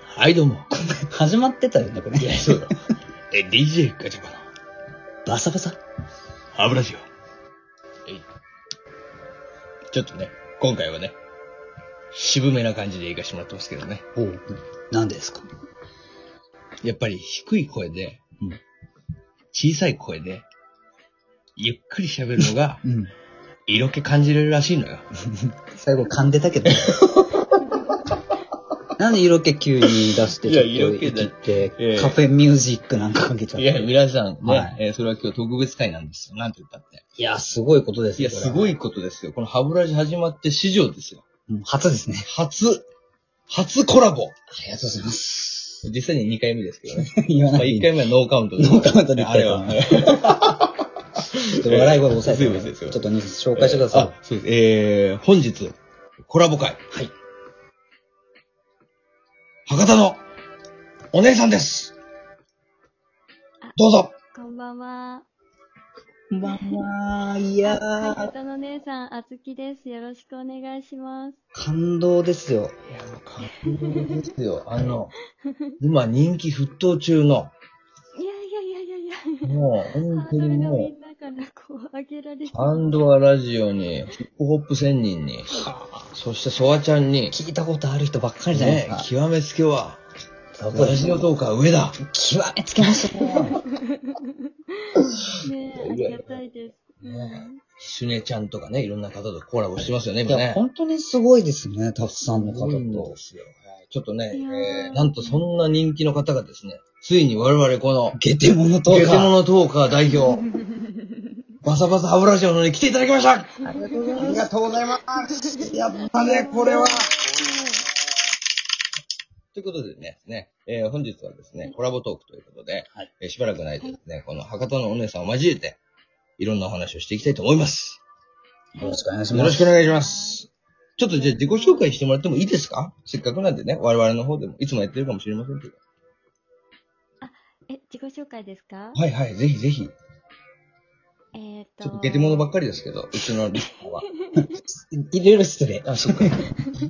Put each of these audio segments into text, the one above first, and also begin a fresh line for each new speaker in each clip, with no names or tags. はい、どうも。
始まってたよね、これ
い。や、そうだ。 え、DJ ガチャバの
バサバサ。
歯ブラシを。えいちょっとね、今回はね、渋めな感じでいかしてもらってますけどね。
おう。なんでですか
やっぱり低い声で、
うん
小さい声で、ゆっくり喋るの が
うん。
色気感じれるらしいのよ。
最後噛んでた けど。なんで色気急に出して、
い
ち
や
ょっと
色気だ
生きて、
ええ
カフェミュージックなんかかけちゃっ
い
て。
や、皆さんね、
はい
えーそれは今日特別会なんですよ。なんて言ったって。
いや、すごいことです
いや、
よこれ
す
は
ごいことですよ。この歯ブラシ始まって史上ですよ。
うん初ですね。
初、初コラボ。
ありがとうございます。
実際に2回目ですけどね。
言わ
ま
な
あ
いでい
1
い。
回目はノーカウント
ノーカウントで
あれは。
一ちょっと笑い声抑え
す
て、
いませんすいません
ちょっとニュース紹介してくださ
あ、そうです。えー、本日、コラボ会。
はい。
博多の、お姉さんです。どうぞ。
こんばんは。
い。まあ、いやー
博、多の姉さん、あつきです。よろしくお願いします。
感動ですよ。
いや、もう感動ですよ。あの、今人気沸騰中の、
いやいやいやいやいや。
もう、本
ハ
当
ード
に
ルが
も
み
う、
んなからこう上げられて。
アンドアラジオに、ヒップホップ1000人に、そしてソワちゃんに、
聞いたことある人ばっかりじゃないです
ね
か。、
極めつけは、
そこ
ラ
です
ジオトーカー上だ。
極めつけましたね。
ねえ、ありがたいです。うん
シュネちゃんとかね、いろんな方とコラボしてますよね、
い
今
や、
ね。
本当にすごいですね、たくさんの
す
方
ごいんで
と。
すよ。はいちょっとね、
いやー
えーなんとそんな人気の方がですね、ついに我々この、
ゲテモノとか。
ゲテモノトーカー代表、バサバサ歯ブラシの方に来ていただきました
ありがとうございます。ありがとうございます。やっ
まあね、これは。ということでね、ねえー本日はですね、コラボトークということで、
はい
えーしばらくないとですね、この博多のお姉さんを交えて、いろんなお話をしていきたいと思います。
よろしくお願いします。
よろしくお願いします。ちょっとじゃあ自己紹介してもらってもいいですかせっかくなんでね、我々の方でも、いつもやってるかもしれませんけど。
え、自己紹介ですか
はいはい、ぜひぜひ。
えっと。
ちょっとゲテモノばっかりですけど、うちのリスナーは。
いろいろ失礼。あ、そっか。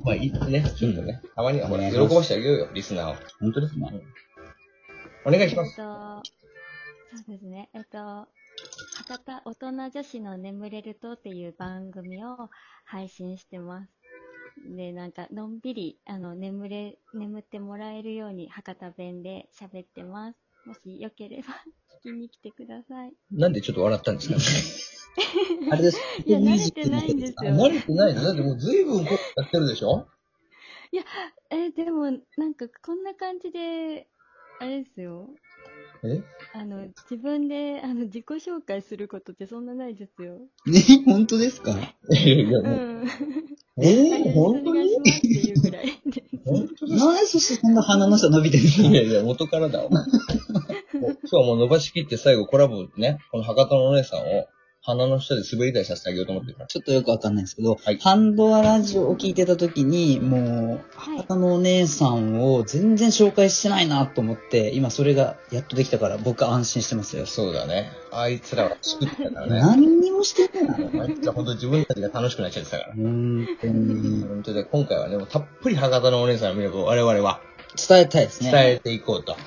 まあいい ね、ちょっとね、たまにはほら、
お願い
喜
します
ばしてあげようよ、リスナーを。
本当ですね。
お願いします。
えっと、そうですね。えっと、博多大人女子の眠れるとっていう番組を配信してます。で、なんか、のんびり、あの、眠れ、眠ってもらえるように博多弁で喋ってます。もしよければ聞きに来てください。
なんでちょっと笑ったんですか
あれです。
いや 慣れてないんです
あ
よ
慣れてないのだってもう随分こうやってるでしょ
え、でも、なんか、こんな感じで、あれですよ。
え
あの、自分で、あの、自己紹介することってそんなないですよ。
ね、本当ですか
いやいや、
う
もう。
ん。
えー本
本
当
当
に
に お願いしますっていうぐらいで。
本当ですか
なんでそしてそんな鼻の下伸びてる
い
の
やいや、元から だわ。もう今日はもう伸ばしきって最後コラボね、この博多のお姉さんを鼻の下で滑り台させてあげようと思ってるから。
ちょっとよくわかんないんですけど、
はい
ハンドアラジオを聞いてた時に、もう、
はい
博多のお姉さんを全然紹介してないなと思って、今それがやっとできたから僕は安心してますよ。
そうだね。あいつらは作ってたから ね。
何にもしてないな。
あいつら本当自分たちが楽しくなっちゃってたから。
本当に。
本当で、今回はね、もうたっぷり博多のお姉さんの魅力を我々は
伝えたいですね。
伝えていこうと、
は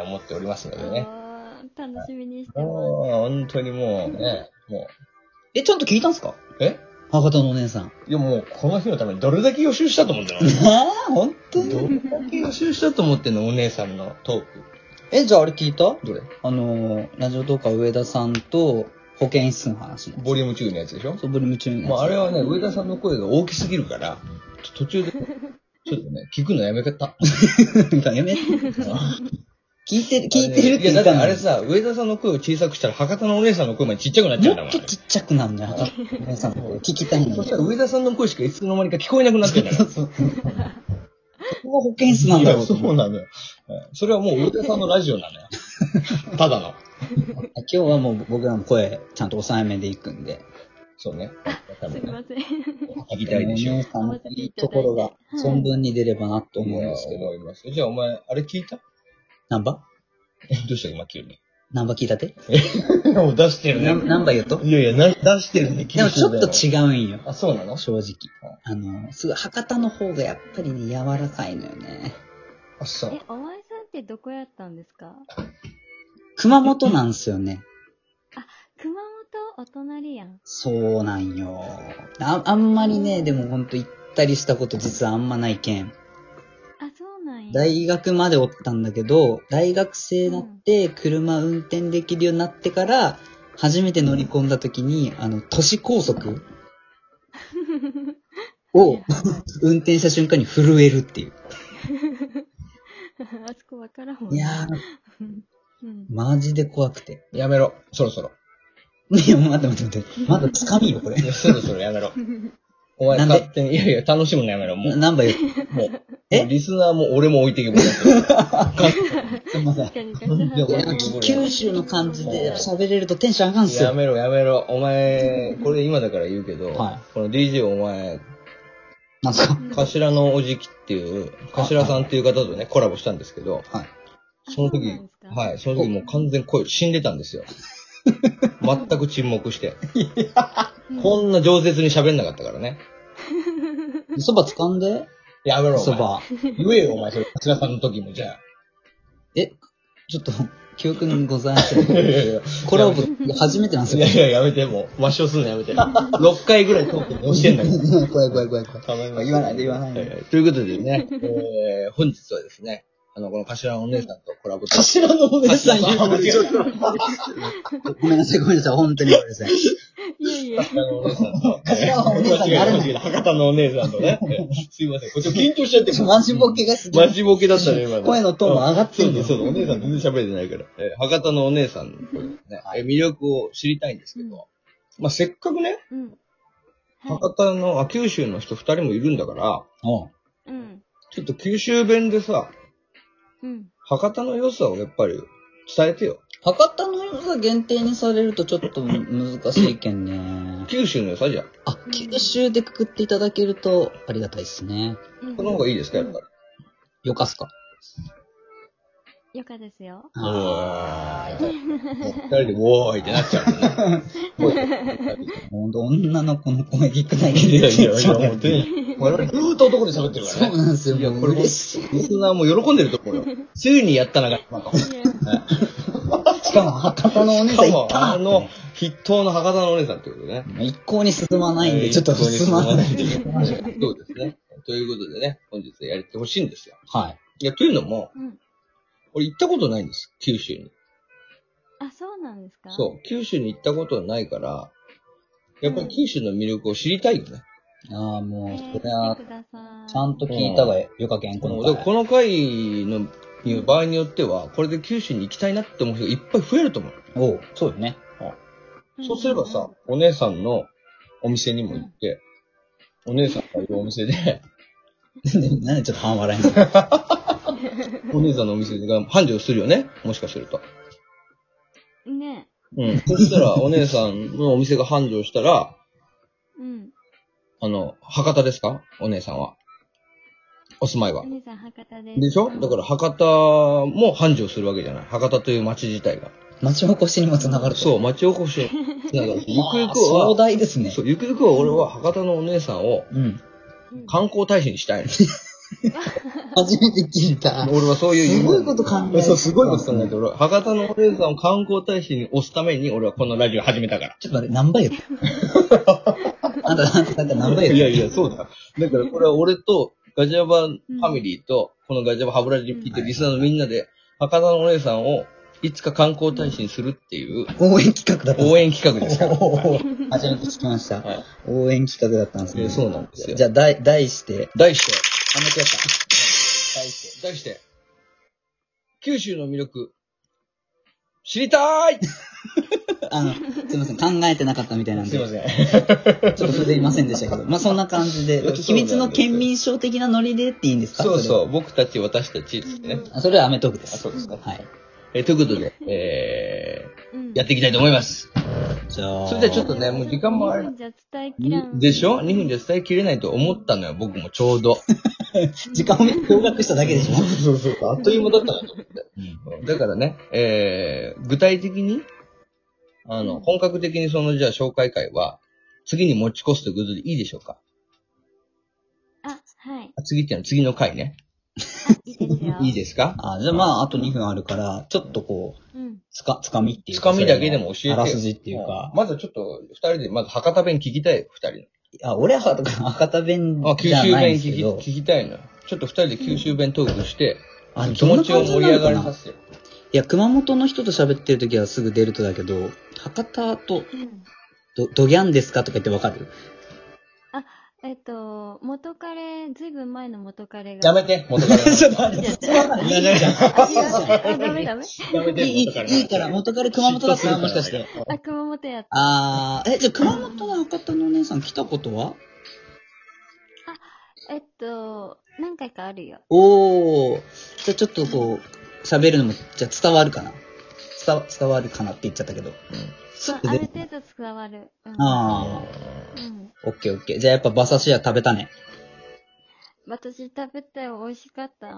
えー思っておりますのでね。
あー楽しみにしてま
もう、本当にもうね、も
え、ちゃんと聞いたんすか
う、え
博多のお姉さん。
いやもう、この日のためにどれだけ予習したと思ってんの
あ本当に
どれだけ予習したと思ってんのお姉さんのトーク。
え、じゃああれ聞いた
どれ
あのー、ラジオとか上田さんと保健室の話ね。
ボリューム中のやつでしょ
そう、ブルーム中のやつ。
もうあれはね、上田さんの声が大きすぎるから、ちょ途中で、ちょっとね、聞くのやめた。
やめて。聞いて る、聞いてるっ
い
て
や、
言
だった
っ
て
のに
あれさ、上田さんの声を小さくしたら、博多のお姉さんの声までちっちゃくなっちゃうんだ
も
も
っ
ん。
とちっちゃくなるんだよ。お姉さんの声聞きたいん
そ
だよ。
したら上田さんの声しかいつの間にか聞こえなくなってんだ から。
そうそう。ここが保健室なんだろ
いや
うと
そ
思
う
って。
なのよ。はいそれはもう上田さんのラジオなのよ。ただの。
今日はもう僕らの声、ちゃんと抑えめでいくんで。
そうね。多
す。す
分
みま
ね。
せん。
聞きたいでしょ
お。姉さんのいいところが存分に出ればなと思
思
う
うんんで
です
す
け
けど、今。
ど。
じゃあお前、あれ聞いた
ナンバ
どうした今急に。
ナンバ聞いたって
もう出してる
ナ
ね。
ンナンバ言うと
いやいや、な出してるね。
でもちょっと
う。
違うんよ。
あ、そうなの
正直。あの、すごい博多の方がやっぱりね、柔らかいのよね。
あ、そ
え
う。、
お前さんってどこやったんですか
熊本なんすよね。
熊本お隣やん。
そうなんよ。ああんまりね、でもほんと行ったりしたこと実はあんまないけん。
あ、そうなんや。
大学までおったんだけど、大学生になって車運転できるようになってから、初めて乗り込んだ時に、あの、都市高速を運転した瞬間に震えるっていう。
あそこわからんもん。
いやー、
うん。
マジで怖くて。
やめろ。そろそろ。
いや、待って待って待って。まだ掴みよ、これ
い。やそろそろやめ ろ。お前
なんで
勝手に、いやいや、楽しむのやめろ。もう、
な何番よ。
もう、
え
リスナーも俺も置いてけぼりだけど。
すいません
確。かに確かに。
でも
いや
俺も
九州の感じで喋れるとテンション上がんす
や
よ。
めろ、やめろ。お前、これ今だから言うけど、
は
この DJ お前、
なんすか
頭のおじきっていう、頭さんっていう方とね、コラボしたんですけど、
はい。
その時
あそうなんです、か
はい、その時もう完全に声死んでたん ですよ。全く沈黙して。こんな饒舌に喋んなかったからね。
そば掴んで
やめろ、お
そ
前。
ば。
言えよ、お前、それ、頭さんの時も、じゃあ。
え、ちょっと、記憶にございません。
いやいや
コラボ初めてなんです
い
よ
や。いや、やめて、もう。抹消すんのやめて。6回ぐらいトークに押してんだけど。
怖い怖い怖い怖い。言わないで言わないで
ははということでね、えー、本日はですね、あの、この頭のお姉さんとコラボと。
頭のお姉さん言う
間違えた
ごめんなさいごめんなさい、本当にごめんなさい。
いやいや。
頭のお姉さんと。
頭のお姉さんにな
間違え
れない
た間違えた博多のお姉さんとね。すいません。こっち緊張しちゃって
ちょ、マジボケがすごい
マジボケだったね、今の。
声のトーン上がってんの
うんそうだ、そうだ、お姉さん全然喋れてないから。えー博多のお姉さんの声ですね、えー魅力を知りたいんですけど、まあ、せっかくね、
うん。はい。
博多の、あ、九州の人二人もいるんだから、
おう
うん。
ちょっと九州弁でさ、
うん。
博多の良さをやっぱり伝えてよ。
博多の良さ限定にされるとちょっと難しいけんね。
九州の良さじゃん。
あ、九州でくくっていただけるとありがたいですね。
うん
その方がいいですか、やっぱり。
よかすか。
よかですよ。
うわーい。二人で、おーいってなっちゃうもんね。
ほんと、女の子の声聞くだ け
い
で。
やいやいや、本当に。我々、ずーっと男で喋ってるから
そう
ね。
なんですよ。
いや、
もう
これも、リ
嬉し
スナーも喜んでると思うよ。ついにやったな、が。
いや
いしかも、博多のお姉
し
さん
か
い
も、
た
あの、筆頭の博多のお姉さんってことね。
一向に進まないんで、ちょっと進まない
そうで
ですす。
ね。ということでね、本日はやってほしいんですよ。
はい。
いや、というのも、
うん。
俺行ったことないんです、九州に。
あ、そうなんですか
そう、九州に行ったことないから、やっぱり九州の魅力を知りたいよね。
ああ、
え
もう、
ー
それは
来て、ください。
ちゃんと聞いたがよかけん、こ
この
の
だ
回
からこの回の場合によっては、これで九州に行きたいなって思う人がいっぱい増えると思う。
おう、そうよね。
ん
そうすればさ、、お姉さんのお店にも行って、お姉さんがいるお店で、
なんでちょっと半笑いなの
お姉さんのお店が繁盛するよね、もしかすると。
うんね
うん。そしたら、お姉さんのお店が繁盛したら、
うん。
あの、博多ですかお姉さんは。お住まいは
お。姉さん、博多です。
でしょだから博多も繁盛するわけじゃない。博多という町自体が。
町おこしにもつながると。
そう、町おこし。だから、ゆくゆく
あー壮
は、
大ですね。
そう、ゆくゆくは俺は博多のお姉さんを
うん。
うん
観光大使に したいの。
初めて聞いた。
俺はそういう夢
すごいこと考えた
そう、すごいこと考えて、俺は博多のお姉さんを観光大使に推すために俺はこのラジオ始めたから。
ちょっと待って、何倍よ。 あんた、あんた、あんた何倍よ。
いやいや、そうだ。だからこれは俺と、ガジャバファミリーと、このガジャバハブラジ聞いてるリスナーのみんなで、博多のお姉さんを、いつか観光大使にするっていう、
応援企画だったん
応援企画ですから。
おー初めて聞きました。
はい
応援企画だったんです
えー
ね。
そうなんですよ
じゃあ、題、題して、
題して、
あの、やった。
題して、題して、九州の魅力、知りたーい
あの、すいません、考えてなかったみたいなんで。
せん。
ちょっと筆いませんでしたけど。まあ、そんな感じで
そうなんで。す
秘密の県民省的なノリでっていいんですか
そう
れは
そう、僕たち、私たち、つってね。
あそれはアメトークで
あ
す。
そうですか
はい。
えーということで、え
うん
ー、やっていきたいと思います。
じゃあ。
それではちょっとね、もう時間もあれ
日本、じゃ伝えきらん。
でしょ ?2 分じゃ伝えきれないと思ったのよ、僕もちょうど。
時間を驚愕しただけでしょ。
そうそうあっという間だったなと思って。だからね、えー、具体的に、あの、本格的にその、じゃあ紹介会は、次に持ち越すということでいいでしょうか
あ、はい。
あ次っていうのは次の回ね。
あ、いいいですよ。
いいですか
あ、じゃあまあ、あと2分あるから、ちょっとこう、
うん。
つか、つかみっていう
つ
か。
かみだけでも教えてよ。
あらすじっていうか。
んまずちょっと、二人で、まず博多弁聞きたいよ、二人
あ、俺は博多弁
の。あ、九
じゃ
州
ない
弁
で
聞
すけ
き
ど
聞、きたいのよ。ちょっと二人で九州弁トークして、
あ
気持ちを盛り上がり
どんな感じなのか
さ
な
せよ。
いや、熊本の人と喋ってる時はすぐ出るとだけど、博多と、
うん。
ど、どギャンですかとか言ってわかる
えっと、元彼、ずいぶん前の元彼が。
やめて、元から。
ちょっと待って、そこわかんない。いいじゃん。
あ、違うあダメダメ。
やめ
い
て、
い、い
元から。
いいいから、元彼熊本だったらもしかして。。
あ、熊本やった。
あー、え、じゃあ熊本の博多のお姉さん来たことは
えっと、何回かあるよ。
おー。じゃあちょっとこう、喋るのも、じゃあ伝わるかな伝わ、伝わるかなって言っちゃったけど。スッ
まあ、
と
あ
出
る
る。
程度伝わる。うん。
あー。
うん。
オッケーオッケー。じゃあやっぱ馬刺し屋食べたね。
私食べたよ、美味し かった。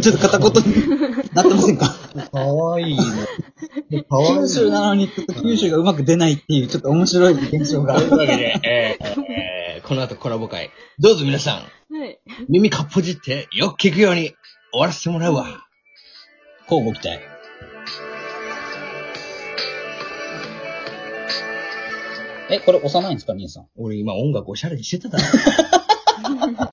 ちょっと片言になってませんか
かわいいね。かわいい。
九州なのに、ちょっと九州がうまく出ないっていう、ちょっと面白い現象が
とい。うわけで、えーえーこの後コラボ会。どうぞ皆さん、
はい。
耳かっぽじってよく聞くように終わらせてもらうわ。
こうご期待。え、これ押さないんですか、兄さん。
俺今音楽おしゃれにしてただろ。